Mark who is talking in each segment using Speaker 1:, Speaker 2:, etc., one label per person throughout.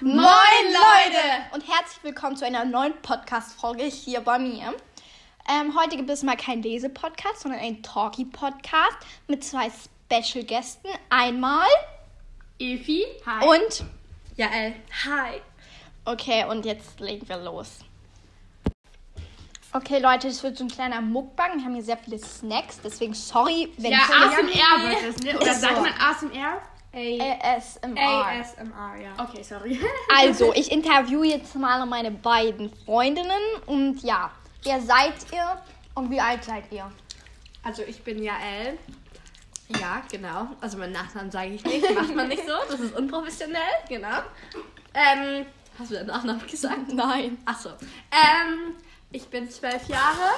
Speaker 1: Moin Leute! Und herzlich willkommen zu einer neuen Podcast-Folge hier bei mir. Ähm, heute gibt es mal keinen Lese-Podcast, sondern einen Talkie-Podcast mit zwei Special-Gästen. Einmal
Speaker 2: Evi. Hi.
Speaker 1: und...
Speaker 2: Jael. Hi.
Speaker 1: Okay, und jetzt legen wir los. Okay, Leute, das wird so ein kleiner Muckbang. Wir haben hier sehr viele Snacks, deswegen sorry, wenn
Speaker 2: Ja,
Speaker 1: ich...
Speaker 2: ASMR wird das, ne? Oder
Speaker 1: Ist
Speaker 2: sagt
Speaker 1: so.
Speaker 2: man ASMR?
Speaker 1: ASMR.
Speaker 3: ASMR, ja.
Speaker 2: Okay, sorry.
Speaker 1: Also, ich interviewe jetzt mal meine beiden Freundinnen und ja, wer seid ihr und wie alt seid ihr?
Speaker 3: Also ich bin Jael. Ja, genau. Also meinen Nachnamen sage ich nicht. Macht man nicht so. Das ist unprofessionell. Genau. Ähm, hast du deinen Nachnamen gesagt?
Speaker 1: Nein.
Speaker 3: Achso. Ähm, ich bin zwölf Jahre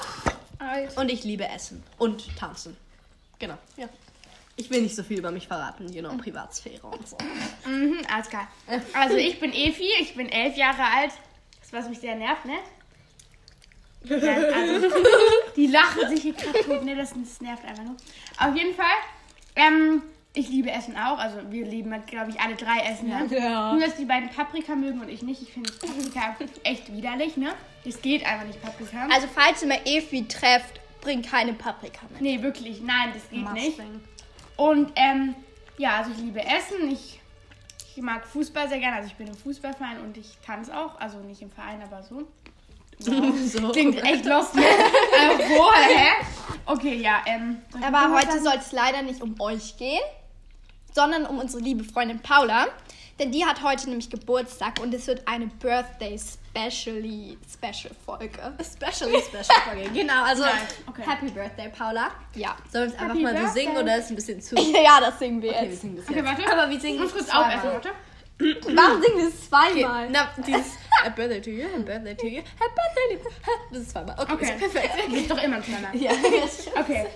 Speaker 3: und ich liebe Essen und Tanzen. Genau. Ja. Ich will nicht so viel über mich verraten, genau, Privatsphäre und so.
Speaker 2: Mhm, alles klar. Also ich bin Evi, ich bin elf Jahre alt. Das was mich sehr nervt, ne? Ja, also, die lachen sich hier gerade tot, ne? Das, das nervt einfach nur. Auf jeden Fall, ähm, ich liebe Essen auch. Also wir lieben, glaube ich, alle drei Essen, ne?
Speaker 3: Ja.
Speaker 2: Nur, dass die beiden Paprika mögen und ich nicht. Ich finde Paprika echt widerlich, ne? Es geht einfach nicht, Paprika.
Speaker 1: Also, falls ihr mal Evi trefft, bringt keine Paprika mit.
Speaker 2: nee, wirklich, nein, das geht nicht.
Speaker 3: Mustang.
Speaker 2: Und ähm, ja, also ich liebe Essen. Ich, ich mag Fußball sehr gerne. Also ich bin im Fußballverein und ich tanze auch. Also nicht im Verein, aber so.
Speaker 3: So.
Speaker 2: Klingt echt lost, ne? äh, wo, hä? Okay, ja, ähm. soll ich noch
Speaker 1: Aber
Speaker 2: was
Speaker 1: heute
Speaker 2: sagen?
Speaker 1: soll es leider nicht um euch gehen, sondern um unsere liebe Freundin Paula. Denn die hat heute nämlich Geburtstag und es wird eine Birthday Specially Special Folge.
Speaker 3: Special, special Folge. Genau, also
Speaker 2: Nein, okay.
Speaker 3: Happy Birthday, Paula.
Speaker 1: Ja.
Speaker 3: Sollen wir es einfach
Speaker 2: Happy
Speaker 3: mal so singen
Speaker 2: Birthday.
Speaker 3: oder ist es ein bisschen zu?
Speaker 1: Ja, das singen wir
Speaker 3: Okay, wir
Speaker 1: jetzt.
Speaker 3: singen das
Speaker 2: Okay,
Speaker 3: jetzt.
Speaker 2: warte.
Speaker 3: Aber wir singen
Speaker 2: Ich muss kurz
Speaker 3: zweimal.
Speaker 2: aufessen, warte.
Speaker 1: Warum singen wir es zweimal?
Speaker 3: Na, dieses Happy Birthday to you, Happy Birthday to you, Happy Birthday to you. Das ist zweimal. Okay,
Speaker 2: Okay.
Speaker 3: Ist perfekt.
Speaker 2: Ist doch immer schneller.
Speaker 3: Ja.
Speaker 2: Okay.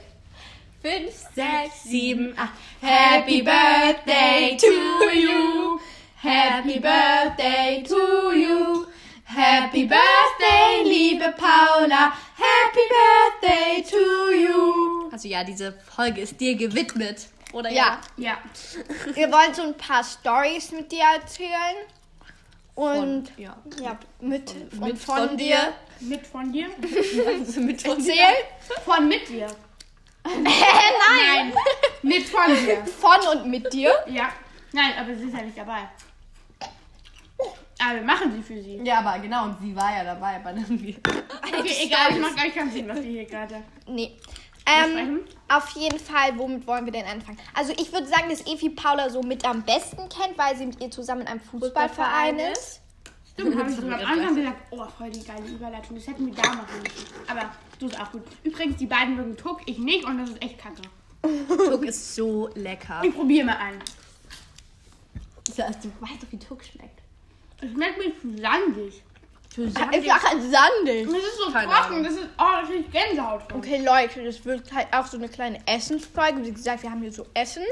Speaker 3: Fünf, sechs, sieben, acht.
Speaker 1: Happy Birthday to you. Happy Birthday to you. Happy Birthday, liebe Paula. Happy Birthday to you.
Speaker 3: Also ja, diese Folge ist dir gewidmet. Oder
Speaker 1: Ja,
Speaker 2: Ja.
Speaker 1: wir wollen so ein paar Stories mit dir erzählen. Und,
Speaker 3: Und ja.
Speaker 1: ja, mit und
Speaker 3: Mit
Speaker 1: von, dir.
Speaker 2: Mit von dir?
Speaker 3: Also mit von
Speaker 1: Erzähl.
Speaker 2: Von mit dir.
Speaker 1: Nein.
Speaker 2: Nein. Mit von dir.
Speaker 1: Von und mit dir.
Speaker 2: Ja. Nein, aber sie ist ja nicht dabei. Aber wir machen sie für sie.
Speaker 3: Ja, aber genau, und sie war ja dabei bei dem Video.
Speaker 2: Okay, egal, ich mach gar nicht keinen Sinn, was wir hier gerade.
Speaker 1: Nee.
Speaker 2: sprechen?
Speaker 1: Ähm, auf jeden Fall, womit wollen wir denn anfangen? Also ich würde sagen, dass Evi Paula so mit am besten kennt, weil sie mit ihr zusammen in einem Fußballverein
Speaker 3: Fußballverein
Speaker 1: ist.
Speaker 2: Stimmt, haben wir
Speaker 3: Das
Speaker 2: sogar
Speaker 3: ist
Speaker 2: am Anfang
Speaker 3: klasse.
Speaker 2: gesagt, oh, voll die geile Überleitung, das hätten wir da machen müssen. Aber du ist auch gut. Übrigens, die beiden mögen Tuck, ich nicht und das ist echt kacke.
Speaker 3: Tuck ist so lecker.
Speaker 2: Ich probiere mal einen.
Speaker 3: Ja, also, du weißt doch, wie Tuck schmeckt.
Speaker 2: Es schmeckt mir zu sandig.
Speaker 3: Du
Speaker 1: Ist auch ein Sandig.
Speaker 2: Das ist so
Speaker 3: Keine
Speaker 2: trocken,
Speaker 3: Ahnung.
Speaker 2: das ist, oh, da krieg ich Gänsehaut von.
Speaker 1: Okay, Leute, das wird halt auch so eine kleine Essensfolge. Wie gesagt, wir haben hier so Essen.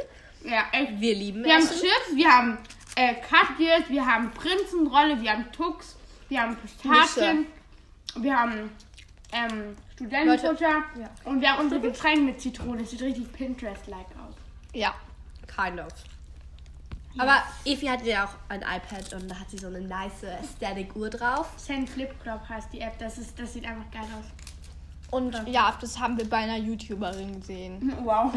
Speaker 2: Ja, echt.
Speaker 3: wir lieben
Speaker 2: Wir haben
Speaker 3: Essen.
Speaker 2: Chips, wir haben äh, Katjes, wir haben Prinzenrolle, wir haben Tucks, wir haben Pistazien, wir haben ähm, Studentenfutter
Speaker 1: Ja.
Speaker 2: und wir haben unsere Getränke mit Zitrone. Das sieht richtig Pinterest-like aus.
Speaker 1: Ja.
Speaker 3: Kind of. Aber Evi hatte ja auch ein iPad und da hat sie so eine nice Aesthetic-Uhr drauf.
Speaker 2: Send Flip Club heißt die App. Das, ist, das sieht einfach geil aus.
Speaker 1: Und ja, das haben wir bei einer YouTuberin gesehen.
Speaker 2: Wow.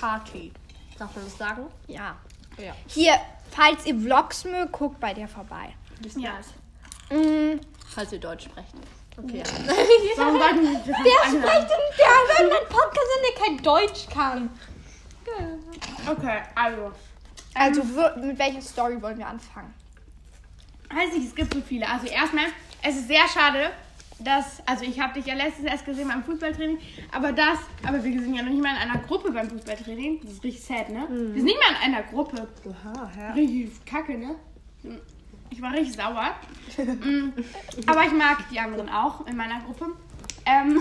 Speaker 3: Kaki. Darf man das sagen?
Speaker 1: Ja.
Speaker 3: Ja.
Speaker 1: Hier, falls ihr Vlogs mögt, guckt bei der vorbei.
Speaker 2: Ja.
Speaker 1: Mhm.
Speaker 3: Falls ihr Deutsch sprecht. Okay.
Speaker 2: Warum sollten wir das
Speaker 1: Wer
Speaker 2: anhören?
Speaker 1: spricht denn also der hört meinen Podcast, an, der kein Deutsch kann?
Speaker 2: Okay, also.
Speaker 1: Also, wo- mit welcher Story wollen wir anfangen?
Speaker 2: Weiß nicht, es gibt so viele. Also erstmal, es ist sehr schade, dass, also ich habe dich ja letztens erst gesehen beim Fußballtraining, aber das, aber wir sind ja noch nicht mal in einer Gruppe beim Fußballtraining. Das ist richtig sad, ne? Wir sind nicht mal in einer Gruppe.
Speaker 3: Oha, ja.
Speaker 2: Richtig kacke, ne? Ich war richtig sauer. Mm, aber ich mag die anderen auch in meiner Gruppe. Ähm,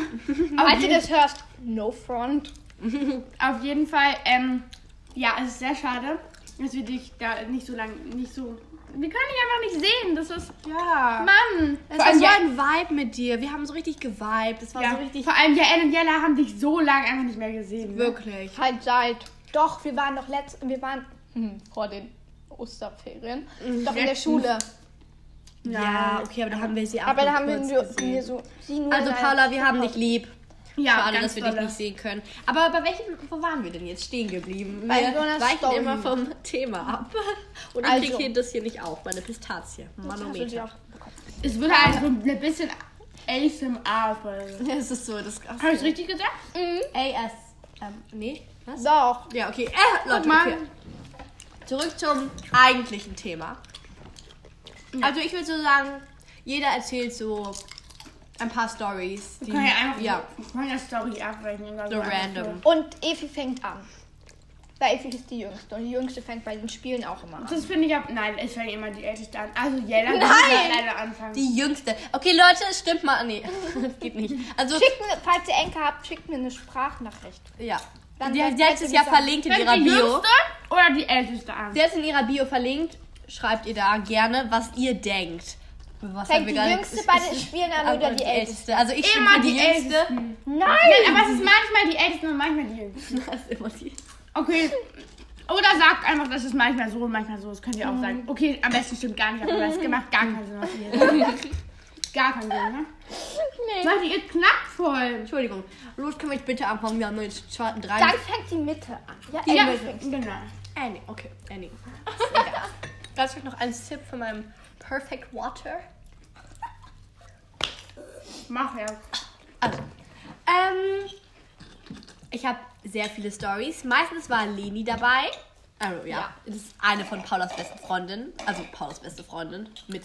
Speaker 2: auf
Speaker 1: Falls
Speaker 2: jeden
Speaker 1: ihr das hörst, no front.
Speaker 2: Auf jeden Fall, ähm, ja, es ist sehr schade, dass wir dich da nicht so lange, nicht so. Wir können dich einfach nicht sehen. Das ist.
Speaker 3: Ja.
Speaker 2: Mann!
Speaker 3: Es
Speaker 2: vor
Speaker 3: war
Speaker 2: allem,
Speaker 3: so
Speaker 2: ja,
Speaker 3: ein Vibe mit dir. Wir haben so richtig gewiped. Es war
Speaker 2: ja,
Speaker 3: so richtig.
Speaker 2: Also vor allem Jael und Jella haben dich so lange einfach nicht mehr gesehen. Ne?
Speaker 3: Wirklich.
Speaker 1: Halt seit. Doch, wir waren noch letzt. Wir waren hm, vor den Osterferien. Doch in der Schule.
Speaker 3: Ja, okay, aber da haben wir sie auch
Speaker 1: Aber da
Speaker 3: nur
Speaker 1: haben wir
Speaker 3: kurz
Speaker 1: nur,
Speaker 3: gesehen.
Speaker 1: nur so. sie nur
Speaker 3: Also
Speaker 1: in einer
Speaker 3: Paula, wir haben dich lieb.
Speaker 2: Ja,
Speaker 3: Schade,
Speaker 2: ganz
Speaker 3: dass wir dich
Speaker 2: dolle.
Speaker 3: nicht sehen können. Aber bei welchem, wo waren wir denn jetzt stehen geblieben?
Speaker 1: Bei
Speaker 3: wir
Speaker 1: so einer
Speaker 3: weichen
Speaker 1: Story.
Speaker 3: immer vom Thema ab. Und ich
Speaker 1: Also.
Speaker 3: krieg hier das hier nicht auf, meine Pistazie.
Speaker 1: Hast du sie
Speaker 3: Manometer.
Speaker 1: auch-
Speaker 2: Es wird halt so ein bisschen ASMR folgen.
Speaker 3: Es ist so, das
Speaker 2: Habe ich richtig gesagt?
Speaker 3: AS. Ähm, nee, was?
Speaker 1: Doch.
Speaker 3: Ja, okay. Äh, Leute,
Speaker 2: mal.
Speaker 3: okay. Zurück zum eigentlichen Thema. Also ich würde so sagen, jeder erzählt so ein paar Stories.
Speaker 2: Wir können ja einfach
Speaker 3: Mhm. ja,
Speaker 2: von der Story abbrechen. oder
Speaker 3: so
Speaker 2: einfach
Speaker 3: random.
Speaker 1: Und Evi fängt an. Weil Evi ist die Jüngste. Und die Jüngste fängt bei den Spielen auch immer an.
Speaker 2: Das finde ich ab. Nein, ich fange immer die Älteste an. Also Jella muss
Speaker 1: Nein!
Speaker 2: leider anfangen.
Speaker 3: Die jüngste. Okay, Leute, es stimmt mal. Nee, das geht nicht. Also,
Speaker 1: Schickt mir, falls ihr Enker habt, schickt mir eine Sprachnachricht.
Speaker 3: ja.
Speaker 1: Dann
Speaker 3: die
Speaker 1: sagt-
Speaker 3: die hat es ja
Speaker 1: sagt-
Speaker 3: verlinkt in
Speaker 2: Fängt
Speaker 3: ihrer
Speaker 2: die
Speaker 3: Bio.
Speaker 2: Jüngste oder die Älteste an?
Speaker 3: Sie hat es in ihrer Bio verlinkt. Schreibt ihr da gerne, was ihr denkt. Was haben
Speaker 1: Fängt
Speaker 3: wir
Speaker 1: die
Speaker 3: gar nicht-
Speaker 1: Jüngste
Speaker 3: ist-
Speaker 1: bei
Speaker 3: ist-
Speaker 1: den
Speaker 3: ist-
Speaker 1: Spielen an oder die Älteste?
Speaker 3: Also ich stimme
Speaker 2: Immer
Speaker 3: für
Speaker 2: die, Älteste.
Speaker 1: Nein!
Speaker 2: Nein, aber es ist manchmal die Ältesten und manchmal die Jüngsten.
Speaker 3: Das ist immer die.
Speaker 2: Okay. Oder sagt einfach, das ist manchmal so und manchmal so. Das könnt
Speaker 3: Mhm.
Speaker 2: ihr auch sagen. Okay, am besten stimmt gar nicht, aber das gemacht gar keinen Sinn, was ihr hier sagt. Gar keinen Sinn, ne?
Speaker 1: Nee.
Speaker 2: Leute, ihr knackt voll.
Speaker 3: Entschuldigung. Los, können wir bitte anfangen? Wir haben jetzt zwei, drei.
Speaker 1: Dann fängt die Mitte an. Ja,
Speaker 2: Ja,
Speaker 1: Ende fängt
Speaker 2: genau.
Speaker 3: Annie, okay, Annie. Ist egal. Ganz vielleicht noch ein Sip von meinem Perfect Water.
Speaker 2: Mach ja.
Speaker 3: Also, ähm, ich habe sehr viele Stories. Meistens war Leni dabei. Also ja, das ist eine von Paulas besten Freundinnen. Also Paulas beste Freundin mit.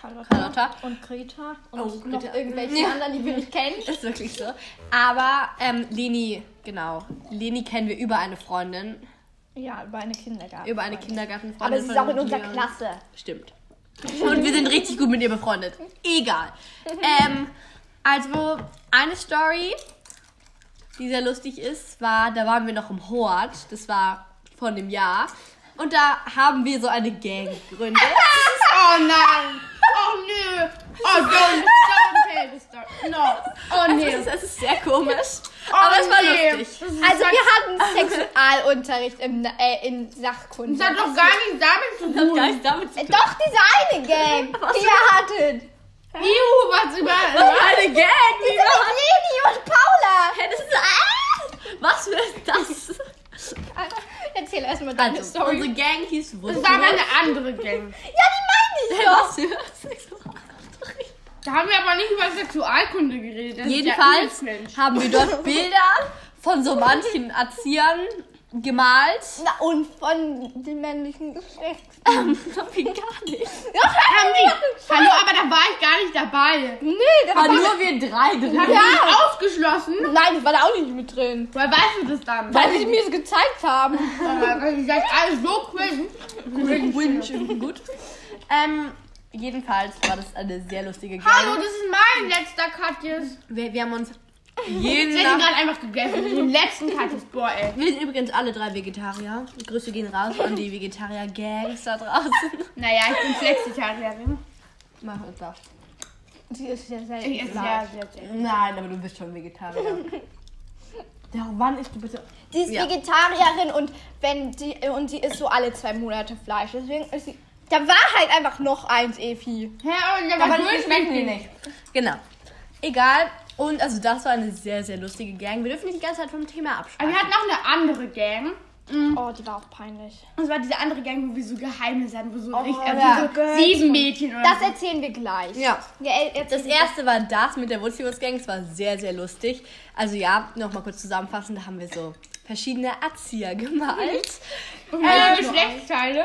Speaker 1: Carlotta.
Speaker 3: Carlotta.
Speaker 1: Und Greta. Und
Speaker 3: Oh,
Speaker 1: noch
Speaker 3: Greta.
Speaker 1: irgendwelche
Speaker 3: Ja.
Speaker 1: anderen, die wir nicht kennen.
Speaker 3: Ist wirklich so. Aber ähm, Leni, genau. Leni kennen wir über eine Freundin,
Speaker 1: Ja, über eine Kindergarten.
Speaker 3: über eine Kindergartenfreundin.
Speaker 1: Aber sie ist
Speaker 3: von
Speaker 1: auch in unserer
Speaker 3: Julian.
Speaker 1: Klasse.
Speaker 3: Stimmt. Und wir sind richtig gut mit ihr befreundet. Egal. Ähm, also, eine Story, die sehr lustig ist, war, da waren wir noch im Hort. Das war von dem Jahr. Und da haben wir so eine Gang gegründet.
Speaker 2: Oh nein! Oh nö! Oh don't, don't tell the story. No. Oh
Speaker 3: Also,
Speaker 2: nee.
Speaker 3: es, ist, es ist sehr komisch.
Speaker 2: Oh,
Speaker 3: aber es war
Speaker 2: nee.
Speaker 3: lustig.
Speaker 2: Das ist-
Speaker 1: Also
Speaker 2: das
Speaker 1: wir hatten Sexualunterricht im, Na- äh, in Sachkunde.
Speaker 2: hat doch gar nichts damit zu
Speaker 3: Das hat
Speaker 2: tun.
Speaker 3: gar nichts damit zu
Speaker 1: Äh,
Speaker 3: tun.
Speaker 1: Doch, diese eine Gang, die ihr hattet.
Speaker 2: Iu, was über.
Speaker 3: Was für eine Gang?
Speaker 1: Diese mit Leni und Paula.
Speaker 3: Hä, das ist, was für das?
Speaker 1: Alter, Erzähl erstmal deine
Speaker 3: Also,
Speaker 1: Story.
Speaker 3: unsere Gang hieß
Speaker 2: Das
Speaker 3: Wurst.
Speaker 2: war aber eine andere Gang.
Speaker 1: Ja, die meine ich doch.
Speaker 3: Was für Sexualunterricht?
Speaker 2: Da haben wir aber nicht über Sexualkunde geredet. Das ist
Speaker 3: Jedenfalls
Speaker 2: Ja übelst Mensch.
Speaker 3: haben wir dort Bilder von so manchen Erziehern gemalt.
Speaker 1: Na, und von dem männlichen Geschlecht.
Speaker 3: Ähm, hab ich gar nicht.
Speaker 2: haben die, hallo, aber da war ich gar nicht dabei.
Speaker 1: Nee, das
Speaker 3: War
Speaker 1: war...
Speaker 3: nur wir drei
Speaker 2: Haben
Speaker 3: drin.
Speaker 2: ja. die mich ausgeschlossen?
Speaker 1: Nein, das war da auch nicht mit drin.
Speaker 2: Woher weißt du das dann?
Speaker 1: Weil sie mir es gezeigt haben.
Speaker 2: Aber Weil die sagt, alles so cringe.
Speaker 3: Wunsch, gut. Ähm, jedenfalls war das eine sehr lustige Gang.
Speaker 2: Hallo, Hm. das ist mein letzter Katjes.
Speaker 3: Wir, wir haben uns
Speaker 2: Ich
Speaker 3: jeden
Speaker 2: hätte ihn
Speaker 3: Nach
Speaker 2: gerade einfach gegessen. Den letzten Katjes. Boah, ey.
Speaker 3: Wir sind übrigens alle drei Vegetarier. Grüße gehen raus an die Vegetarier-Gangs da draußen.
Speaker 2: Naja, ich bin Flexitarierin.
Speaker 3: Mach uns das.
Speaker 1: Sie ist ja sehr...
Speaker 2: Ich esse ja Äh, sehr, sehr.
Speaker 3: Nein, aber du bist schon Vegetarier. Ja, wann isst du bitte?
Speaker 1: Sie ist
Speaker 3: Ja.
Speaker 1: Vegetarierin und wenn die und sie isst so alle zwei Monate Fleisch. Deswegen ist sie. Da war halt einfach noch eins, Efi.
Speaker 2: Hä, und der war
Speaker 3: das
Speaker 2: durchschmecken die nicht.
Speaker 3: Genau. Egal. Und also das war eine sehr, sehr lustige Gang. Wir dürfen nicht die ganze Zeit vom Thema
Speaker 2: Aber
Speaker 3: abschweifen.
Speaker 2: wir hatten noch eine andere Gang.
Speaker 1: Oh, die war auch peinlich.
Speaker 2: Das war diese andere Gang, wo wir so Geheimnisse hatten, wo so, richtig, also
Speaker 1: ja.
Speaker 2: so sieben Mädchen oder
Speaker 1: Das
Speaker 2: so.
Speaker 1: erzählen wir gleich.
Speaker 3: Ja.
Speaker 1: ja er- erzähl
Speaker 3: Das erste war das mit der Wurzibus Gang. Es war sehr, sehr lustig. Also ja, nochmal kurz zusammenfassen. Da haben wir so verschiedene Erzieher gemalt.
Speaker 2: Äh, Geschlechtsteile.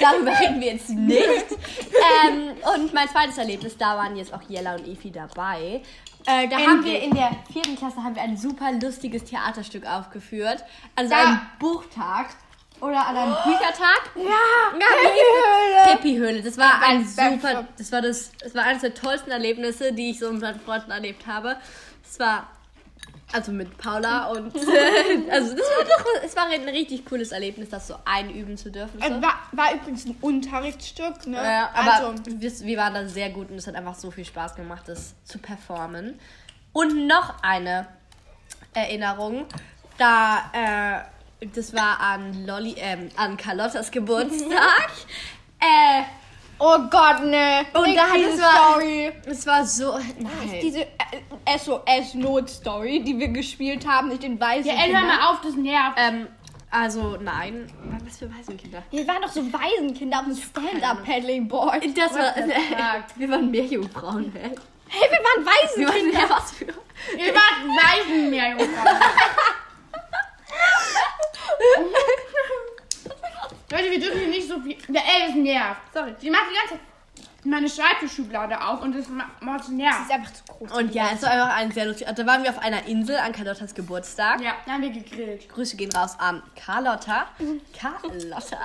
Speaker 3: Darüber reden wir jetzt nicht. ähm, und mein zweites Erlebnis, da waren jetzt auch Jella und Efi dabei. Äh, da haben wir in der vierten Klasse haben wir ein super lustiges Theaterstück aufgeführt. Also
Speaker 2: Da-
Speaker 3: einem Buchtag oder an einem Büchertag.
Speaker 1: Ja,
Speaker 3: Ja, Pippi Höhle. Das war ein
Speaker 1: beim
Speaker 3: super,
Speaker 1: Shop.
Speaker 3: das war das, das war eines der tollsten Erlebnisse, die ich so mit meinen Freunden erlebt habe. Es war also mit Paula und also das war doch, es war ein richtig cooles Erlebnis, das so einüben zu dürfen. und So.
Speaker 1: Äh, War, war übrigens ein Unterrichtsstück, ne?
Speaker 3: Ja, aber
Speaker 1: also,
Speaker 3: wir, wir waren da sehr gut und es hat einfach so viel Spaß gemacht, das zu performen. Und noch eine Erinnerung. Da äh, Und das war an Lolli, ähm, an Carlottas Geburtstag. äh,
Speaker 1: Oh Gott, ne.
Speaker 3: Und
Speaker 1: Nicht
Speaker 3: da hat
Speaker 1: diese
Speaker 3: es war-
Speaker 1: Story.
Speaker 3: es war so. Nein.
Speaker 1: Diese äh, SOS-Not-Story, die wir gespielt haben mit den weißen
Speaker 2: Ja, ey, hör
Speaker 1: Kindern.
Speaker 2: mal auf, das nervt.
Speaker 3: Ähm, also nein. Was für Waisenkinder?
Speaker 1: Wir waren doch so Waisenkinder auf dem Stand-Up-Paddling-Board. Hey,
Speaker 3: Das war.
Speaker 2: fuck?
Speaker 3: wir waren mehr Jungfrauen, ne? ey.
Speaker 1: wir waren
Speaker 3: Wir
Speaker 1: Waisenkinder.
Speaker 3: waren mehr was für.
Speaker 2: Ihr wart Waisen mehr, Junge. Leute, wir dürfen hier nicht so viel. Der Elf ist nervt. Sorry. Die macht die ganze Zeit meine Schreibtischschublade auf und das ma- macht
Speaker 1: Das
Speaker 2: nervt.
Speaker 1: ist einfach zu groß.
Speaker 3: Und ja, es war einfach ein sehr lustig. Da waren wir auf einer Insel an Carlottas Geburtstag.
Speaker 2: Ja, dann haben wir gegrillt.
Speaker 3: Grüße gehen raus an Carlotta. Carlotta.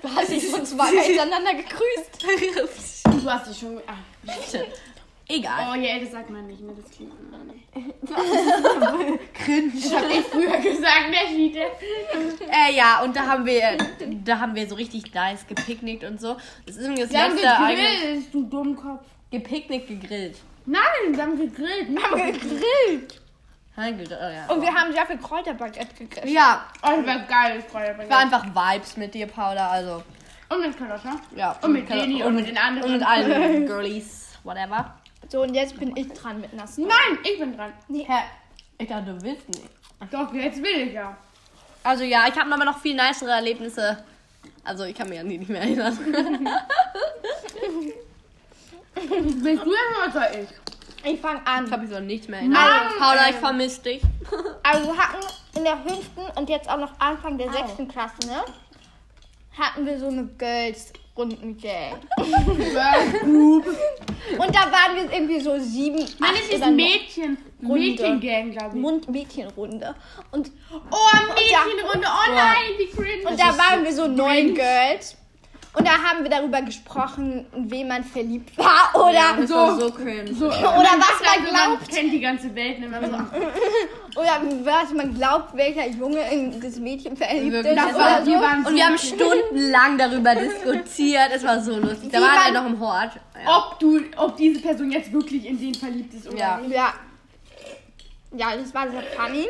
Speaker 1: Du hast dich schon zweimal hintereinander gegrüßt.
Speaker 2: Du hast dich schon. Ah.
Speaker 3: Egal.
Speaker 2: Oh ja, das sagt man nicht, ne? Das klingt immer
Speaker 3: Oh.
Speaker 2: Cringe. Das hab ich früher gesagt, ne, Schiete?
Speaker 3: Äh, ja, und da haben wir, da haben wir so richtig nice gepicknickt und so. Das ist irgendwie das
Speaker 2: Wir haben
Speaker 3: letzte eigene-
Speaker 2: gegrillt, du Dummkopf.
Speaker 3: Gepicknickt, gegrillt.
Speaker 2: Nein, wir haben gegrillt. Wir haben gegrillt.
Speaker 3: Nein, gegrillt, oh ja.
Speaker 1: Und wir haben sehr viel Kräuterbaguette gegessen.
Speaker 3: Ja,
Speaker 2: Oh, das war geil, das Feuerwerk.
Speaker 3: war einfach Vibes mit dir, Paula. Also,
Speaker 2: Und mit Carlotta.
Speaker 3: ja.
Speaker 2: Und mit Leni und mit den anderen.
Speaker 3: Und mit allen Girlies, whatever.
Speaker 1: So, und jetzt bin ich dran mit Nassen.
Speaker 2: Nein, ich bin dran.
Speaker 3: Hä? Ich dachte, du willst nicht.
Speaker 2: Doch, jetzt will ich ja.
Speaker 3: Also ja, ich habe aber noch viel nicere Erlebnisse. Also ich kann mich an die nicht mehr erinnern.
Speaker 2: Willst du ja oder ich?
Speaker 1: Ich fange
Speaker 3: Ich
Speaker 1: an.
Speaker 3: kann mich so nicht mehr erinnern.
Speaker 2: Mann,
Speaker 3: Paula, ich
Speaker 2: ähm.
Speaker 3: vermisse dich.
Speaker 1: Also wir hatten in der fünften und jetzt auch noch Anfang der sechsten Klasse, ne? Hatten wir so eine Girls-Runden-Gang.
Speaker 2: Girl.
Speaker 1: Und da waren wir irgendwie so sieben,
Speaker 2: Nein,
Speaker 1: acht
Speaker 2: es ist
Speaker 1: oder
Speaker 2: Mädchen.
Speaker 1: Runde.
Speaker 2: Mädchengang, glaube ich.
Speaker 1: Mund Mädchenrunde. Und,
Speaker 2: Oh, Mädchenrunde. Oh nein, wie cringe.
Speaker 1: und da waren wir so neun Girls. Und da haben wir darüber gesprochen, in wen man verliebt war oder,
Speaker 3: das
Speaker 2: so.
Speaker 3: war so cringe.
Speaker 2: so,
Speaker 1: Oder was man
Speaker 2: glaubt.
Speaker 1: glaubt.
Speaker 2: kennt die ganze Welt, ne? Wenn man so,
Speaker 1: oder was man glaubt, welcher Junge in das Mädchen verliebt ist.
Speaker 3: Wirklich, Also, das
Speaker 1: oder
Speaker 3: war-
Speaker 1: so.
Speaker 2: wir waren
Speaker 3: Und wir haben
Speaker 2: so-
Speaker 3: stundenlang darüber diskutiert. Es war so lustig. Da
Speaker 1: Wie
Speaker 3: waren
Speaker 1: man-
Speaker 3: wir noch im Hort. Ja.
Speaker 2: ob du, ob diese Person jetzt wirklich in den verliebt ist oder
Speaker 3: Ja.
Speaker 2: nicht.
Speaker 1: Ja. Ja, das war sehr funny.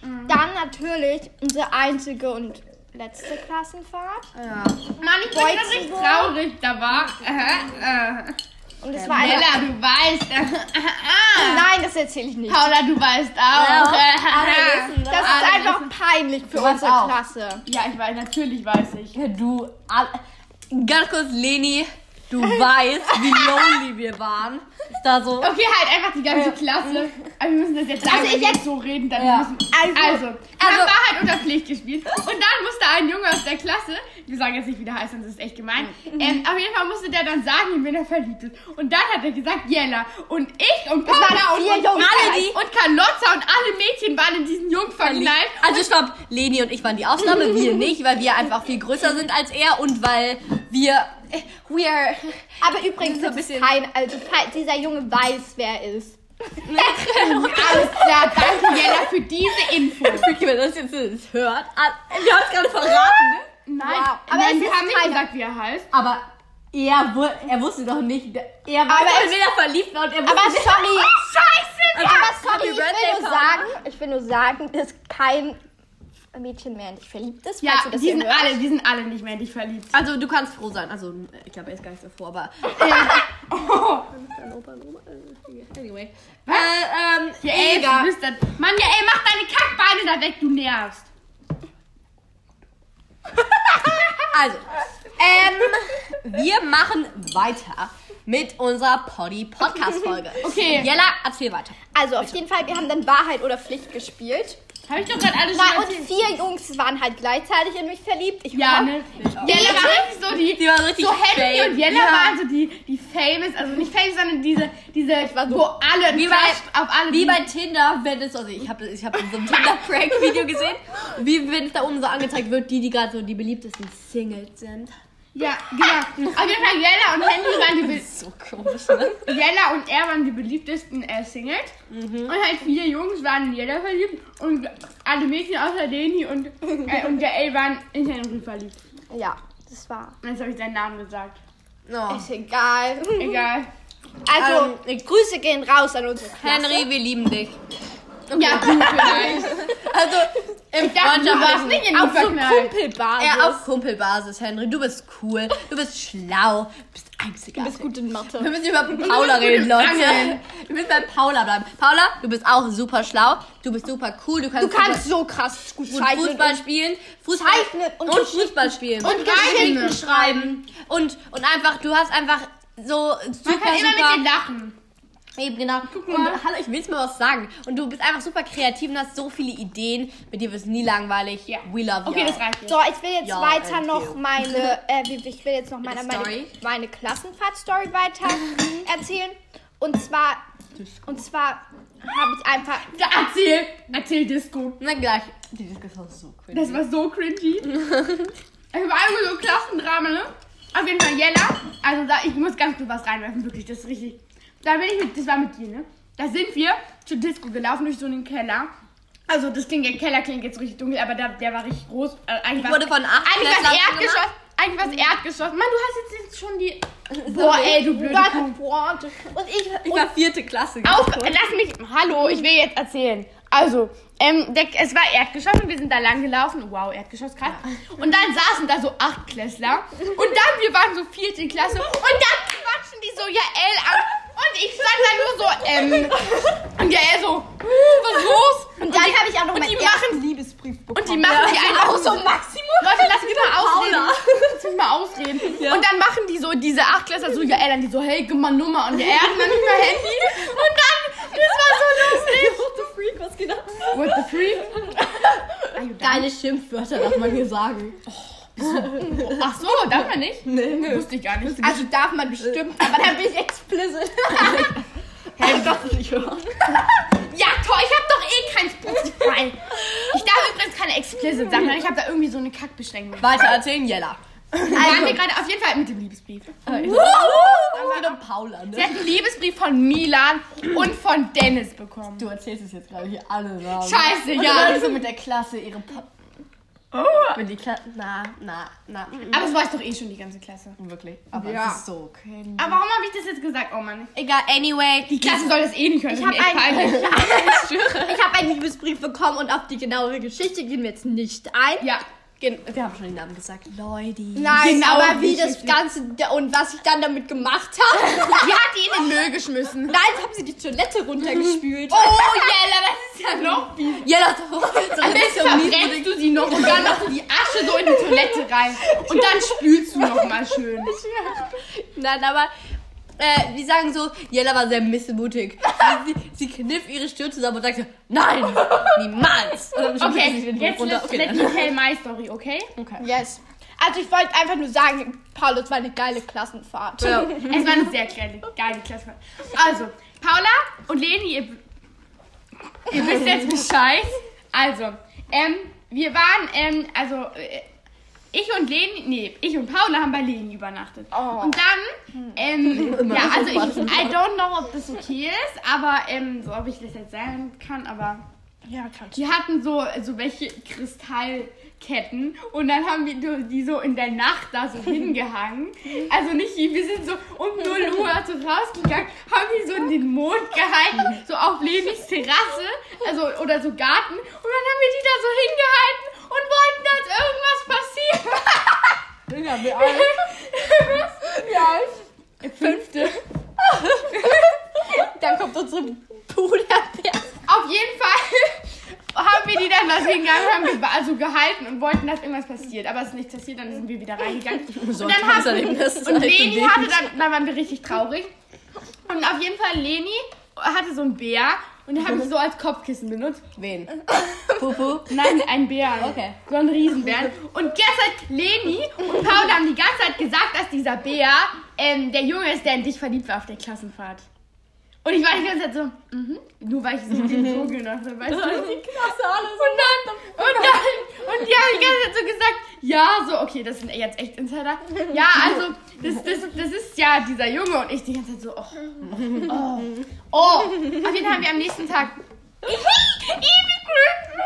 Speaker 1: Dann natürlich unsere einzige und letzte Klassenfahrt.
Speaker 3: Ja.
Speaker 2: Mann, ich bin
Speaker 1: Boys
Speaker 2: schon richtig
Speaker 1: Boy.
Speaker 2: traurig. Da war. Äh, äh.
Speaker 1: Und es war eine.
Speaker 2: Bella, du weißt. Äh, äh.
Speaker 1: Nein, das erzähle ich nicht.
Speaker 2: Paula, du weißt auch.
Speaker 3: Ja.
Speaker 2: Äh,
Speaker 1: Das ist
Speaker 2: Alle
Speaker 1: einfach peinlich für
Speaker 3: Du warst
Speaker 1: unsere
Speaker 3: auch.
Speaker 1: Klasse.
Speaker 2: Ja, ich weiß, natürlich weiß ich.
Speaker 3: Du, all- ganz kurz, Leni, du weißt, wie lonely wir waren. Ist da so.
Speaker 2: Okay, halt einfach die ganze Klasse. Aber wir müssen das jetzt sagen,
Speaker 1: Also
Speaker 2: wenn
Speaker 1: ich
Speaker 2: wir
Speaker 1: jetzt-
Speaker 2: so reden, dann
Speaker 3: Ja.
Speaker 2: müssen Also, wir
Speaker 3: also-
Speaker 2: haben Wahrheit oder Pflicht gespielt. Und dann musste ein Junge aus der Klasse, wir sagen jetzt nicht, wie der heißt, sonst ist es echt gemein.
Speaker 1: Mhm.
Speaker 2: Ähm, auf jeden Fall musste der dann sagen, in wen er verliebt ist. Und dann hat er gesagt, Jella. Und ich und Paula
Speaker 1: waren
Speaker 2: und,
Speaker 1: Oh, vier
Speaker 2: und
Speaker 1: Jungs
Speaker 2: alle
Speaker 1: gleich.
Speaker 2: die und Carlotta und alle Mädchen waren in diesen Jungen verknallt.
Speaker 3: Also stopp, Leni und ich waren die Ausnahme, wir nicht, weil wir einfach viel größer sind als er und weil wir äh, we are
Speaker 1: Aber übrigens,
Speaker 3: So ein
Speaker 1: das ist
Speaker 3: bisschen-
Speaker 1: kein, also falls dieser Junge weiß, wer er ist.
Speaker 2: Alles klar, danke Jella für diese Info.
Speaker 3: wenn das jetzt nicht hört. ah, Wir haben es gerade verraten, ne?
Speaker 2: Nein,
Speaker 1: Wow. Aber
Speaker 2: nein,
Speaker 1: es
Speaker 2: wir
Speaker 1: ist
Speaker 2: haben nicht
Speaker 1: keiner.
Speaker 2: gesagt, wie er heißt.
Speaker 3: Aber er, wu- er wusste doch nicht, er war
Speaker 1: Aber
Speaker 3: in wen er verliebt war und er wusste
Speaker 1: Aber sorry,
Speaker 2: Oh, Scheiße!
Speaker 1: aber sorry, Also ich
Speaker 3: Happy Birthday,
Speaker 1: will nur sagen, ich will nur sagen, dass kein Mädchen mehr in dich verliebt ist.
Speaker 2: Ja,
Speaker 1: falls du das
Speaker 2: die
Speaker 1: hier
Speaker 2: sind,
Speaker 1: hörst.
Speaker 2: alle, die sind alle nicht mehr in dich verliebt.
Speaker 3: Also du kannst froh sein. Also ich glaube, er ist gar nicht so froh, aber dein Opa und Oma. äh, Anyway. Äh, ähm,
Speaker 2: Ja, ey,
Speaker 3: egal.
Speaker 2: du bist dann. Mann, ja, ey, mach deine Kackbeine da weg, du nervst.
Speaker 3: Also, ähm, wir machen weiter mit unserer Poddy Podcast Folge.
Speaker 2: Okay.
Speaker 3: Jella, erzähl weiter.
Speaker 1: Also auf jeden Fall, wir haben dann Wahrheit oder Pflicht gespielt.
Speaker 2: Hab ich doch gerade alles
Speaker 1: Na,
Speaker 2: schon
Speaker 1: und
Speaker 2: erzählt.
Speaker 1: vier Jungs waren halt gleichzeitig in mich verliebt. Ich
Speaker 2: Ja,
Speaker 1: hoffe-
Speaker 2: ne? Jella war richtig so die.
Speaker 3: Die war richtig
Speaker 2: so Henry
Speaker 3: fame.
Speaker 2: und Jella
Speaker 3: Ja.
Speaker 2: waren so die, die famous, also nicht famous, sondern diese, diese,
Speaker 1: war so-
Speaker 2: wo alle
Speaker 3: Wie
Speaker 2: wie
Speaker 3: bei-
Speaker 2: auf alle.
Speaker 3: Wie
Speaker 2: die-
Speaker 3: bei Tinder, wenn es, also ich habe ich hab in so einem Tinder-Prank-Video gesehen, wie wenn es da oben so angezeigt wird, die, die gerade so die beliebtesten Singles sind.
Speaker 2: ja, genau. Auf jeden Fall Jella und Henry waren die be-
Speaker 3: So komisch, ne?
Speaker 2: Jella und er waren die beliebtesten äh, Singles.
Speaker 3: Mhm.
Speaker 2: Und halt vier Jungs waren in Jella verliebt und alle Mädchen außer Leni und, äh, und der L waren in Henry verliebt.
Speaker 1: Ja, das war.
Speaker 2: Und jetzt habe ich seinen Namen gesagt.
Speaker 3: No.
Speaker 1: Ist egal.
Speaker 2: Egal.
Speaker 1: Also,
Speaker 3: Ähm, ich-
Speaker 1: Grüße gehen raus an unsere Klasse.
Speaker 3: Henry, wir lieben dich.
Speaker 2: Ja, du vielleicht.
Speaker 3: Also, Im
Speaker 2: dachte, du warst
Speaker 3: Freundschaftlichen.
Speaker 2: nicht in
Speaker 1: Auf
Speaker 2: die
Speaker 1: so
Speaker 2: verknallt.
Speaker 1: Kumpelbasis.
Speaker 3: Ja, auf Kumpelbasis, Henry. Du bist cool, du bist schlau, du bist
Speaker 1: Du
Speaker 3: einzigartig.
Speaker 1: bist gut in Mathe.
Speaker 3: Wir müssen über Paula
Speaker 2: Du bist
Speaker 3: reden,
Speaker 2: gut im
Speaker 3: Leute.
Speaker 2: Angeln.
Speaker 3: Wir müssen bei Paula bleiben. Paula, du bist auch super schlau, du bist super cool, du kannst,
Speaker 1: Du kannst so krass gut
Speaker 3: super gut
Speaker 1: zeichnen.
Speaker 3: Fußball spielen, Fußball
Speaker 1: Zeichnen und
Speaker 3: und, Fußball spielen
Speaker 2: und Geschichten
Speaker 3: schreiben und und einfach, du hast einfach so super
Speaker 2: Man kann immer
Speaker 3: super
Speaker 2: mit dir lachen.
Speaker 3: Eben, genau. Und, hallo, ich will jetzt mal was sagen. Und du bist einfach super kreativ und hast so viele Ideen. Mit dir wird es nie langweilig.
Speaker 2: Ja.
Speaker 3: We love you.
Speaker 2: Okay, das reicht jetzt.
Speaker 1: So, ich will jetzt
Speaker 3: Ja,
Speaker 1: weiter
Speaker 3: okay.
Speaker 1: noch meine, äh, ich will jetzt noch meine, meine,
Speaker 3: Story?
Speaker 1: meine Klassenfahrt-Story weiter erzählen. Und zwar, und zwar habe ich einfach,
Speaker 2: Da erzähl, erzähl Disco.
Speaker 3: Und dann gleich. Die Diskussion ist so cool.
Speaker 2: Das war so cringy. ich war einfach so Klassendrama, ne? Auf jeden Fall Jella. Also da, ich muss ganz kurz was reinwerfen, wirklich, das ist richtig. Da bin ich mit, das war mit dir, ne? Da sind wir zur Disco gelaufen durch so einen Keller. Also das klingt, der Keller klingt jetzt richtig dunkel, aber da, der war richtig groß. Also, eigentlich war's-
Speaker 3: wurde von acht
Speaker 2: Eigentlich was
Speaker 3: Klässlern
Speaker 2: Erdgeschoss. Eigentlich was Erdgeschoss. Mann, du hast jetzt, jetzt schon die. Boah, ey, du blöde
Speaker 1: Gott,
Speaker 2: Kuh.
Speaker 1: boah, und ich,
Speaker 3: Ich war vierte Klasse.
Speaker 2: Auf, lass mich. Hallo, ich will jetzt erzählen. Also, ähm, der, es war Erdgeschoss und wir sind da lang gelaufen. Wow, Erdgeschoss, krass. Und dann saßen da so Achtklässler. Und dann, wir waren so vierte Klasse. Und dann quatschen die so Jael an. Und ich stand da nur so, ähm. Und Jael so, "Huh, was ist los?
Speaker 1: und dann habe ich auch noch
Speaker 2: und
Speaker 1: meinen
Speaker 2: die
Speaker 1: ersten Liebesbrief bekommen.
Speaker 2: Und die machen die einfach so Maximus. Leute, lass mich mal ausreden.
Speaker 3: Paula.
Speaker 2: Lass mich mal ausreden. Und dann machen die so diese Achtklässler so, ja, ey, dann die so, hey, gib mal Nummer. Und ja, er hat dann nicht mehr Handy. Und dann, das war so lustig.
Speaker 3: What the freak, was geht ab?
Speaker 2: What the freak?
Speaker 3: Geile Schimpfwörter darf man hier sagen.
Speaker 2: Ach so, darf man nicht? Nee, nee. Wusste ich gar nicht.
Speaker 1: also darf man bestimmt, aber dann bin ich explicit.
Speaker 3: Hey, das ist nicht wahr.
Speaker 2: Ja, toll, ich hab doch eh kein Spotify. Ich darf übrigens keine Explicit sagen, weil ich hab da irgendwie so eine Kackbeschränkung.
Speaker 3: Weiter erzählen, Jella.
Speaker 2: Da waren wir gerade auf jeden Fall mit dem Liebesbrief.
Speaker 3: Es geht um Paula,
Speaker 2: Sie
Speaker 3: ne?
Speaker 2: hat einen Liebesbrief von Milan und von Dennis bekommen.
Speaker 3: Du erzählst es jetzt gerade hier alle Namen.
Speaker 2: Scheiße,
Speaker 3: Und
Speaker 2: ja.
Speaker 3: alle so mit der Klasse ihre Pa- Oh. Mit die Klasse. Na, na, na. mm,
Speaker 2: Aber das war ich doch eh schon die ganze Klasse.
Speaker 3: mm, Wirklich. Aber
Speaker 2: Ja.
Speaker 3: es ist so cringe.
Speaker 2: Aber warum habe ich das jetzt gesagt? Oh Mann.
Speaker 3: Egal, anyway.
Speaker 2: Die Klasse soll das eh nicht hören.
Speaker 1: Ich
Speaker 2: das ist mir
Speaker 1: hab
Speaker 2: echt
Speaker 1: einen-
Speaker 2: peinlich.
Speaker 1: Ich habe einen Liebesbrief bekommen und auf die genauere Geschichte gehen wir jetzt nicht ein.
Speaker 2: Ja.
Speaker 3: Gen wir haben schon den Namen gesagt. Leute.
Speaker 1: Nein,
Speaker 2: Genau,
Speaker 1: aber wie
Speaker 2: richtig,
Speaker 1: das
Speaker 2: richtig.
Speaker 1: Ganze und was ich dann damit gemacht habe.
Speaker 2: Die hat die in den Müll geschmissen.
Speaker 1: Nein, ich habe sie die Toilette runtergespült.
Speaker 2: Oh, Jella, das ist ja noch wie.
Speaker 3: Jella, so, so
Speaker 2: Am besten verbrennst du sie noch und dann machst du die Asche so in die Toilette rein. Und dann spülst du noch mal schön.
Speaker 3: Nein, aber äh, die sagen so, Jella war sehr missmutig. sie, sie kniff ihre Stirn zusammen und sagte, nein, niemals. Und dann schmiss sie
Speaker 2: Okay,
Speaker 3: den
Speaker 2: jetzt
Speaker 3: runter.
Speaker 2: let's, let me tell my story, okay?
Speaker 3: okay.
Speaker 1: Yes. Also ich wollte einfach nur sagen, Paul, es war eine geile Klassenfahrt.
Speaker 3: Ja.
Speaker 2: Es war eine sehr geile, geile Klasse. Also, Paula und Leni, ihr, ihr wisst jetzt Bescheid. Also, ähm, wir waren, ähm, also, äh, ich und Leni, nee, ich und Paula haben bei Leni übernachtet.
Speaker 1: Oh.
Speaker 2: Und dann, ähm, ja, also ich, I don't know, ob das okay ist, aber, ähm, so, ob ich das jetzt sagen kann, aber...
Speaker 1: Ja, kann
Speaker 2: Die hatten so, so welche Kristallketten und dann haben wir die so in der Nacht da so hingehangen. Also nicht, wir sind so um 0 Uhr so rausgegangen, haben die so in den Mond gehalten, so auf Lenis Terrasse, also oder so Garten und dann haben wir die da so hingehalten und wollten, dass irgendwas passiert.
Speaker 3: Ja, wir
Speaker 1: Ja. Fünfte. dann kommt unsere Puderbeer.
Speaker 2: Auf jeden Fall haben wir die dann was hingegangen, haben wir also gehalten und wollten, dass irgendwas passiert. Aber es ist nichts passiert, dann sind wir wieder reingegangen. Und dann haben Und
Speaker 3: halt
Speaker 2: Leni hatte dann, dann waren wir richtig traurig. Und auf jeden Fall, Leni hatte so einen Bär und den haben sie so als Kopfkissen benutzt.
Speaker 3: Wen? Pupu.
Speaker 2: Nein, einen Bären.
Speaker 3: Okay.
Speaker 2: So einen Riesenbären. Und gestern Leni und Paula haben die ganze Zeit gesagt, dass dieser Bär ähm, der Junge ist, der in dich verliebt war auf der Klassenfahrt. Und ich war die ganze Zeit so, mhm. Nur weil ich so mit dem Vogel nach weißt du? Und dann, und dann, und die haben die ganze Zeit so gesagt, ja, so, okay, das sind jetzt echt Insider. Ja, also, das, das, das ist ja dieser Junge und ich die ganze Zeit so, oh, oh, oh. Auf jeden Fall haben wir am nächsten Tag, Ivy Gründen.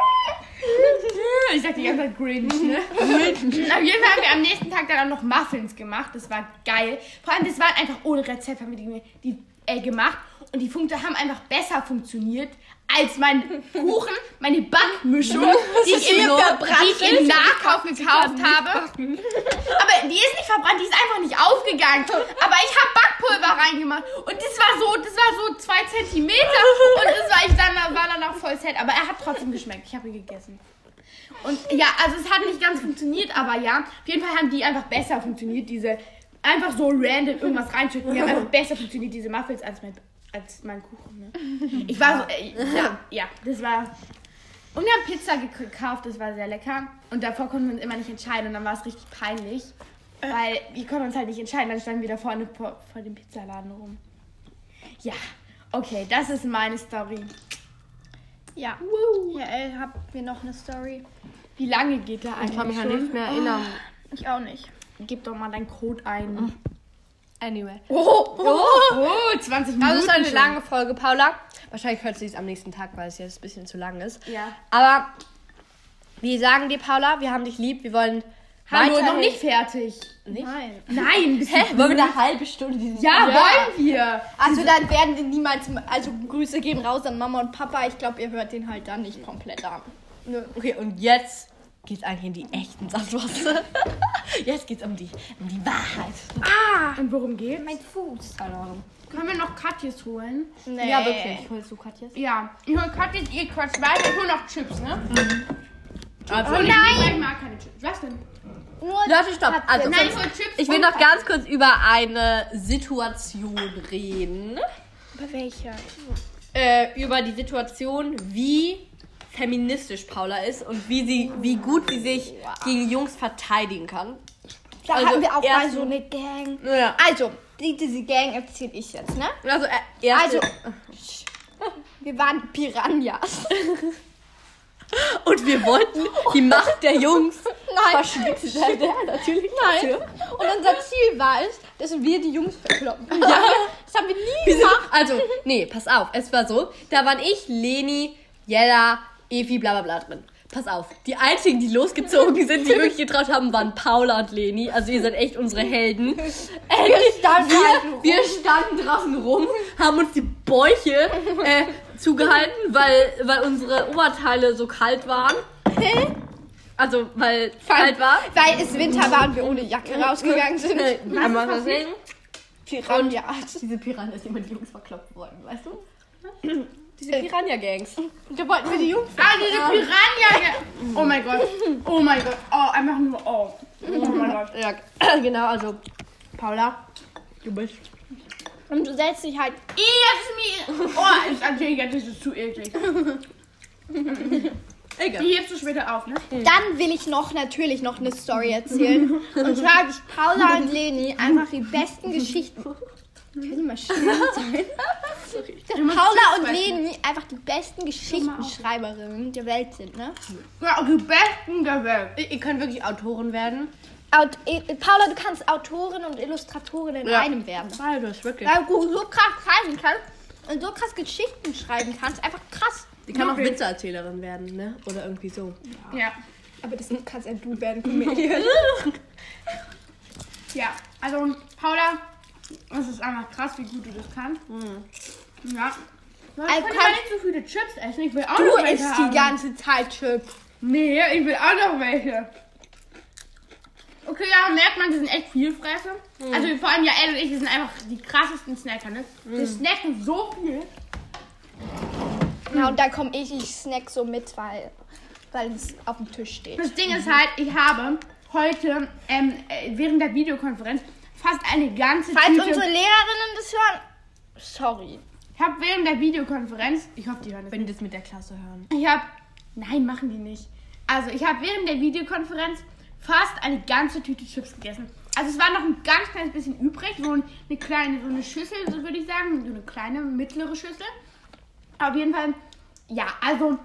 Speaker 2: Ich sag die ganze Zeit Grinch, ne? Auf jeden Fall haben wir am nächsten Tag dann auch noch Muffins gemacht. Das war geil. Vor allem, das waren einfach ohne Rezept, haben wir die, die äh, gemacht. Und die Punkte haben einfach besser funktioniert als mein Kuchen, meine Backmischung, die ich, im,
Speaker 1: so verbrannt
Speaker 2: die ich im Nahkauf gekauft habe. Aber die ist nicht verbrannt, die ist einfach nicht aufgegangen. Aber ich habe Backpulver reingemacht und das war so, das war so zwei Zentimeter und das war ich dann war dann auch voll set. Aber er hat trotzdem geschmeckt. Ich habe ihn gegessen. Und ja, also es hat nicht ganz funktioniert, aber ja, auf jeden Fall haben die einfach besser funktioniert, diese einfach so random irgendwas reinschütten. Die haben einfach besser funktioniert, diese Muffins, als mein, als mein Kuchen. Ne? Ich war so, äh, ja, ja, das war. Und wir haben Pizza gek- gekauft, das war sehr lecker. Und davor konnten wir uns immer nicht entscheiden und dann war es richtig peinlich. Weil wir konnten uns halt nicht entscheiden, dann standen wir da vorne vor, vor dem Pizzaladen rum. Ja, okay, das ist meine Story.
Speaker 1: Ja. Ja, habt mir noch eine Story?
Speaker 2: Wie lange geht da eigentlich?
Speaker 3: Ich kann mich an
Speaker 2: schon?
Speaker 3: nichts mehr erinnern.
Speaker 1: Ich auch nicht.
Speaker 2: Gib doch mal deinen Code ein.
Speaker 3: Anyway.
Speaker 2: Oh, oh, 20 Minuten.
Speaker 3: Das Also, ist halt eine lange Folge, Paula. Wahrscheinlich hört sie es am nächsten Tag, weil es jetzt ein bisschen zu lang ist.
Speaker 2: Ja.
Speaker 3: Aber wir sagen dir, Paula, wir haben dich lieb. Wir wollen
Speaker 2: Hallo,
Speaker 3: weiterhin-
Speaker 2: noch nicht fertig.
Speaker 3: Nicht?
Speaker 1: Nein.
Speaker 2: Nein, bist du
Speaker 3: Wollen wir eine halbe Stunde diesen
Speaker 2: Ja, wollen wir.
Speaker 1: Also dann werden die niemals, also Grüße gehen raus an Mama und Papa. Ich glaube, ihr hört den halt dann nicht komplett an.
Speaker 3: Okay, und jetzt geht's eigentlich in die echten Sandwasser. jetzt geht's um die, um die Wahrheit.
Speaker 2: Und worum geht's?
Speaker 1: Mein Fuß.
Speaker 3: Keine Ahnung.
Speaker 2: Ah. Können wir noch Katjes holen?
Speaker 1: Nee.
Speaker 3: Ja, wirklich. Holst du Katjes?
Speaker 2: Ja. Ich hol Katjes, ihr quatscht weiter. Ich hol noch Chips, ne?
Speaker 3: Also,
Speaker 2: Oh nein! Ich mag keine Chips. Was denn?
Speaker 1: Nur
Speaker 3: Leute, stopp.
Speaker 1: Hat-
Speaker 3: Also,
Speaker 2: Nein, ich hol Chips.
Speaker 3: ich will
Speaker 2: und
Speaker 3: noch ganz
Speaker 2: Katjes.
Speaker 3: kurz über eine Situation reden.
Speaker 1: Über welche?
Speaker 3: äh, über die Situation, wie feministisch Paula ist und wie sie, wie gut sie sich gegen Jungs verteidigen kann.
Speaker 1: Da
Speaker 3: Also,
Speaker 1: hatten wir auch mal
Speaker 3: erst-
Speaker 1: so eine Gang.
Speaker 3: Ja.
Speaker 1: Also, die, diese Gang erzähle ich jetzt, ne?
Speaker 3: Also, äh,
Speaker 1: Also,
Speaker 3: erste,
Speaker 1: wir waren Piranhas.
Speaker 3: und wir wollten die Macht der Jungs
Speaker 1: Nein.
Speaker 3: verschwinden. Ja, natürlich.
Speaker 1: Nein. Und unser Ziel war es, dass wir die Jungs verkloppen. Das haben wir nie
Speaker 3: Wir sind,
Speaker 1: gemacht.
Speaker 3: also, nee, pass auf. Es war so, da waren ich, Leni, Jella, Evi, bla bla bla drin. Pass auf, die einzigen, die losgezogen sind, die wirklich getraut haben, waren Paula und Leni. Also ihr seid echt unsere Helden.
Speaker 1: Wir standen halt
Speaker 3: Wir, wir standen draußen rum, haben uns die Bäuche äh, zugehalten, weil, weil unsere Oberteile so kalt waren. Also, weil es kalt war.
Speaker 1: Weil es Winter war und wir ohne Jacke rausgegangen sind.
Speaker 3: Äh, haben wir gesehen.
Speaker 1: Piranhas.
Speaker 3: Diese Piranhas, die mit Jungs verkloppt wurden, weißt du? Diese Piranha-Gangs.
Speaker 1: Da wollten wir die Jungs.
Speaker 2: Ah, diese Piranha. Oh mein Gott. Oh mein Gott. Oh, einfach nur. Oh. Oh mein Gott.
Speaker 3: Ja, genau, also Paula, du bist.
Speaker 1: Und du setzt dich halt.
Speaker 2: Ih, das ist mir. Oh, ist Angelika, das ist zu eklig.
Speaker 3: Egal.
Speaker 2: Die hebst du später auf, ne?
Speaker 1: Dann will ich noch natürlich noch eine Story erzählen. Und zwar habe ich Paula und Leni einfach die besten Geschichten. Können die mal still sein? Paula und Leni einfach die besten Geschichtenschreiberinnen der Welt sind, ne?
Speaker 2: Ja, die besten der Welt.
Speaker 3: Ihr ihr könnt wirklich Autoren werden.
Speaker 1: Aut äh, Paula, du kannst Autorin und Illustratorin in einem werden.
Speaker 3: Weil du bist wirklich.
Speaker 1: Weil du so krass schreiben kannst und so krass Geschichten schreiben kannst. Einfach krass.
Speaker 3: Die kann auch
Speaker 2: Wirklich.
Speaker 3: Witzeerzählerin werden, ne? Oder irgendwie so.
Speaker 2: Ja.
Speaker 1: Aber das kannst ja du werden, Comedian.
Speaker 2: Ja. Also, Paula, es ist einfach krass, wie gut du das kannst. Ja.
Speaker 1: Also
Speaker 2: Ich kann
Speaker 1: Mhm. kann-
Speaker 2: gar nicht so viele Chips essen. Ich will auch
Speaker 1: Du
Speaker 2: noch welche
Speaker 1: isst die
Speaker 2: haben.
Speaker 1: ganze Zeit Chips.
Speaker 2: Nee, ich will auch noch welche. Okay, ja, merkt man, die sind echt viel Fresse.
Speaker 1: Mhm.
Speaker 2: Also vor allem ja, Elle und ich, die sind einfach die krassesten Snacker, ne?
Speaker 1: Mhm.
Speaker 2: Die snacken so viel.
Speaker 1: Ja, Genau, und dann komme ich, ich snack so mit, weil, weil es auf dem Tisch steht.
Speaker 2: Das Ding ist halt, ich habe heute ähm, äh, während der Videokonferenz fast eine ganze
Speaker 1: Falls
Speaker 2: Tüte...
Speaker 1: unsere Lehrerinnen das hören, sorry.
Speaker 2: ich habe während der Videokonferenz... Ich hoffe, die hören das
Speaker 3: Wenn die das mit der Klasse hören.
Speaker 2: Ich habe. Nein, machen die nicht. Also, ich habe während der Videokonferenz fast eine ganze Tüte Chips gegessen. Also, es war noch ein ganz kleines bisschen übrig. So ein- eine kleine, so eine Schüssel, so würde ich sagen. So eine kleine, mittlere Schüssel. Auf jeden Fall, ja, also.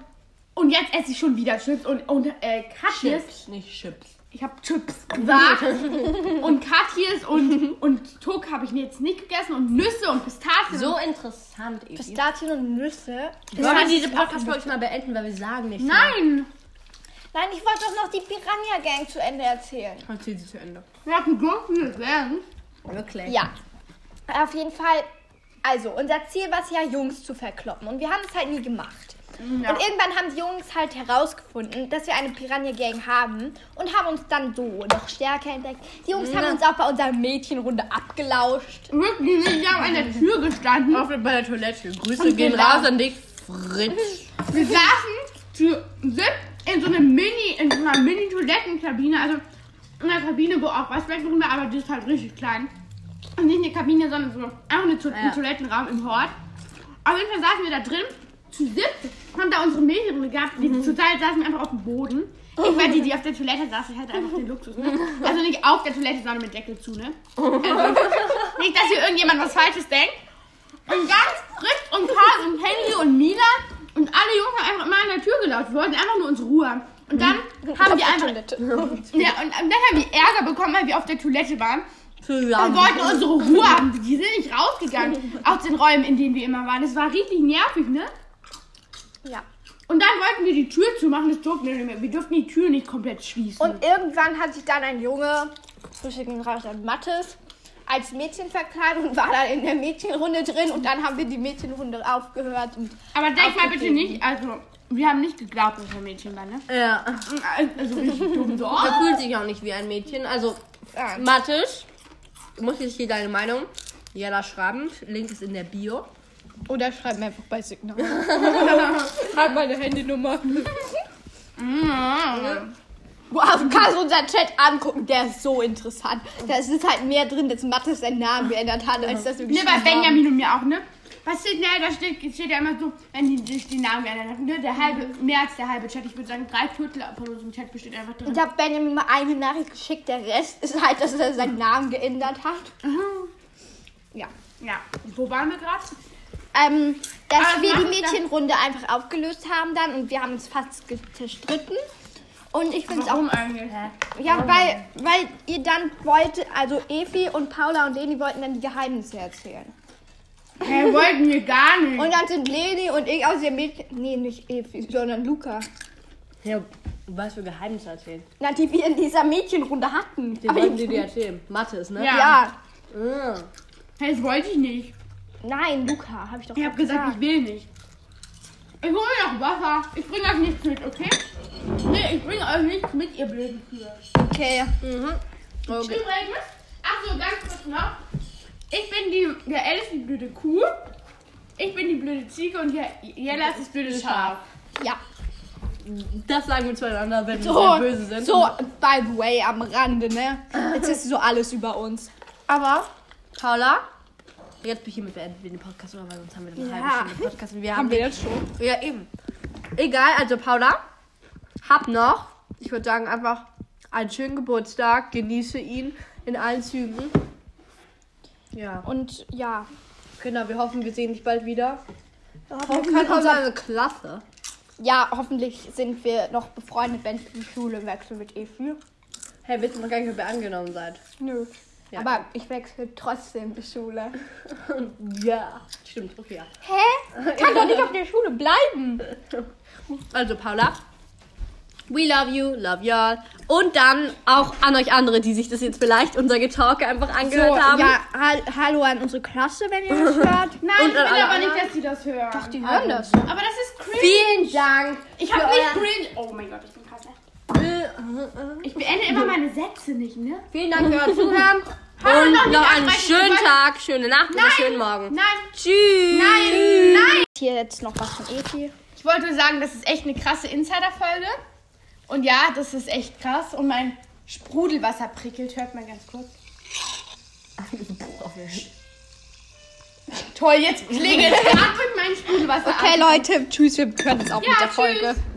Speaker 2: Und jetzt esse ich schon wieder Chips und, und äh, Katjes.
Speaker 3: nicht Chips.
Speaker 2: Ich habe Chips gesagt. und Katjes und, und Tuck habe ich jetzt nicht gegessen. Und Nüsse und Pistazien.
Speaker 3: So interessant, Evi.
Speaker 1: Pistazien und Nüsse.
Speaker 3: Wollen wir diese Podcast-Folge mal beenden, weil wir sagen nichts.
Speaker 2: Nein!
Speaker 1: Nein, ich wollte doch noch die Piranha Gang zu Ende erzählen.
Speaker 3: Erzähl sie zu Ende.
Speaker 2: Wir hatten so viele Fans.
Speaker 3: Wirklich?
Speaker 1: Ja. Auf jeden Fall. Also, unser Ziel war es ja, Jungs zu verkloppen. Und wir haben es halt nie gemacht. Und irgendwann haben die Jungs halt herausgefunden, dass wir eine Piranha-Gang haben und haben uns dann so noch stärker entdeckt. Die Jungs haben uns auch bei unserer Mädchenrunde abgelauscht.
Speaker 2: Wirklich nicht. Wir haben an der Tür gestanden.
Speaker 3: Auf bei der Toilette. Grüße
Speaker 2: gehen raus
Speaker 3: an dich, Fritz.
Speaker 2: Wir saßen zu siebt in so einer Mini, in so einer Mini-Toilettenkabine, also in einer Kabine, wo auch was weg war, aber die ist halt richtig klein. Und nicht eine Kabine, sondern so einfach eine to
Speaker 3: Ja.
Speaker 2: ein Toilettenraum im Hort. Auf jeden Fall saßen wir da drin, zu siebt, haben da unsere Mädchen gehabt, die zurzeit saßen wir einfach auf dem Boden. Ich war die, die auf der Toilette saß, ich hatte einfach den Luxus, ne? Also nicht auf der Toilette, sondern mit Deckel zu, ne? Also, nicht, dass hier irgendjemand was Falsches denkt. Und ganz Fritz und Karl und Henry und Mila und alle Jungs haben einfach immer an der Tür gelaufen. Wir wollten einfach nur unsere Ruhe. haben. Und dann
Speaker 1: Mhm.
Speaker 2: haben wir einfach. Ja, und dann haben wir Ärger bekommen, weil wir auf der Toilette waren. Wir
Speaker 3: Zusammen.
Speaker 2: wollten unsere Ruhe haben. Die sind nicht rausgegangen aus den Räumen, in denen wir immer waren. Das war richtig nervig, ne?
Speaker 1: Ja.
Speaker 2: Und dann wollten wir die Tür zumachen, das durften wir nicht mehr. Wir durften die Tür nicht komplett schließen.
Speaker 1: Und irgendwann hat sich dann ein Junge, Grüße gehen raus an Mattes, als Mädchen verkleidet und war dann in der Mädchenrunde drin. Und dann haben wir die Mädchenrunde aufgehört. Und
Speaker 2: Aber denk mal bitte
Speaker 1: aufgegeben.
Speaker 2: nicht, also, wir haben nicht geglaubt, dass wir Mädchen waren, ne?
Speaker 3: Ja.
Speaker 2: Also richtig dumm so.
Speaker 3: Er fühlt sich auch nicht wie ein Mädchen. Also,
Speaker 1: Ja.
Speaker 3: Mathis, du musst jetzt hier deine Meinung. Ja, da schreiben. Link ist in der Bio. Oh,
Speaker 1: Oder schreibt mir einfach bei Signal.
Speaker 3: Schreib meine Handynummer.
Speaker 2: Mhm.
Speaker 1: Wow, du kannst unseren Chat angucken, der ist so interessant. Da ist halt mehr drin, dass Mattes seinen Namen geändert hat, als dass wir
Speaker 2: Ne, bei
Speaker 1: geschrieben haben.
Speaker 2: Benjamin und mir auch, ne? Was steht, ne, da steht, steht ja immer so, wenn die sich die Namen geändert haben, ne? Der halbe, mehr als der halbe Chat, ich würde sagen, drei Viertel von unserem Chat besteht einfach drin.
Speaker 1: Ich habe Benjamin mal eine Nachricht geschickt, der Rest ist halt, dass er seinen Namen geändert hat. Ja.
Speaker 2: Ja, wo waren wir gerade?
Speaker 1: Ähm, dass
Speaker 2: Aber
Speaker 1: wir die
Speaker 2: mach das-
Speaker 1: Mädchenrunde einfach aufgelöst haben dann und wir haben uns fast ge- zerstritten. Und ich finde es auch.
Speaker 2: Warum eigentlich?
Speaker 1: Ja, weil, weil ihr dann wollte, also Evi und Paula und Leni wollten dann die Geheimnisse erzählen.
Speaker 2: Hä, wollten wir gar nicht.
Speaker 1: Und dann sind Leni und ich aus dem Mädchen. Nee, nicht Evi, sondern Luca.
Speaker 3: Ja, was für Geheimnisse erzählen.
Speaker 1: Na, die wir in dieser Mädchenrunde hatten.
Speaker 3: Den wollten die dir erzählen. Mathis, ne?
Speaker 2: Ja.
Speaker 1: ja.
Speaker 3: Ah.
Speaker 2: Hä, das wollte ich nicht.
Speaker 1: Nein, Luca, habe ich doch
Speaker 2: Ich habe gesagt, ich will nicht. Ich hole mir noch Wasser. Ich bringe euch nichts mit, okay? Ne, ich bringe euch nichts mit, ihr blöden Kühe.
Speaker 1: Okay.
Speaker 3: Mhm. Okay.
Speaker 2: Übrigens, ach so, ganz kurz noch. Ich bin die, der Alice die blöde Kuh. Ich bin die blöde Ziege und der Jella ist das blöde Schaf.
Speaker 1: Ja.
Speaker 3: Das sagen wir zueinander, wenn wir
Speaker 1: So,
Speaker 3: sehr böse sind.
Speaker 1: so, by the way, am Rande, ne? Jetzt ist so alles über uns. Aber
Speaker 3: Paula, jetzt hiermit beenden wir den Podcast, oder weil sonst haben wir eine
Speaker 1: Ja.
Speaker 3: halbe Stunde Podcast. Und wir haben,
Speaker 1: haben wir jetzt schon.
Speaker 3: Ja, eben. Egal, also Paula, hab noch, ich würde sagen, einfach einen schönen Geburtstag, genieße ihn in allen Zügen. Ja.
Speaker 1: Und ja,
Speaker 3: Kinder, Genau, wir hoffen, wir sehen dich bald wieder.
Speaker 1: hoffentlich,
Speaker 3: Kann auch
Speaker 1: unser,
Speaker 3: eine Klasse.
Speaker 1: ja, hoffentlich sind wir noch befreundet, wenn ich die Schule wechsle mit Evi.
Speaker 3: Hey, wisst ihr noch gar nicht, ob ihr angenommen seid?
Speaker 1: Nö.
Speaker 3: Ja.
Speaker 1: Aber ich wechsle trotzdem die Schule.
Speaker 3: Ja. Stimmt, okay, ja.
Speaker 1: Hä? Kann doch nicht auf der Schule bleiben.
Speaker 3: Also Paula, we love you, love y'all. Und dann auch an euch andere, die sich das jetzt vielleicht unser Getalke einfach angehört haben.
Speaker 1: ja, hal- hallo an unsere Klasse, wenn ihr das hört.
Speaker 2: Nein,
Speaker 3: Und
Speaker 2: ich will
Speaker 3: an alle
Speaker 2: aber nicht,
Speaker 3: anderen?
Speaker 2: dass die das hören. Doch,
Speaker 1: Die hören das.
Speaker 2: Aber das ist cringe.
Speaker 3: Vielen Dank.
Speaker 2: ich habe nicht cringe. Oh mein Gott, ich bin krass. ne?
Speaker 3: Äh,
Speaker 2: Ich beende immer meine Sätze nicht, ne?
Speaker 3: Vielen Dank für euer Zuhören.
Speaker 2: Hallo, noch
Speaker 3: Und
Speaker 2: nicht
Speaker 3: noch einen
Speaker 2: abbrechen,
Speaker 3: schönen
Speaker 2: Leute.
Speaker 3: Tag, schöne Nacht oder schönen Morgen.
Speaker 2: Nein,
Speaker 3: Tschüss.
Speaker 2: nein, nein.
Speaker 1: Hier jetzt noch was von Evi.
Speaker 2: Ich wollte sagen, das ist echt eine krasse Insider-Folge. Und ja, das ist echt krass. Und mein Sprudelwasser prickelt, hört man ganz kurz. Toll, jetzt klingelt es gerade durch mein Sprudelwasser
Speaker 1: Okay,
Speaker 2: an.
Speaker 1: Leute, tschüss, wir können es auch
Speaker 2: Ja,
Speaker 1: mit der
Speaker 2: tschüss.
Speaker 1: Folge.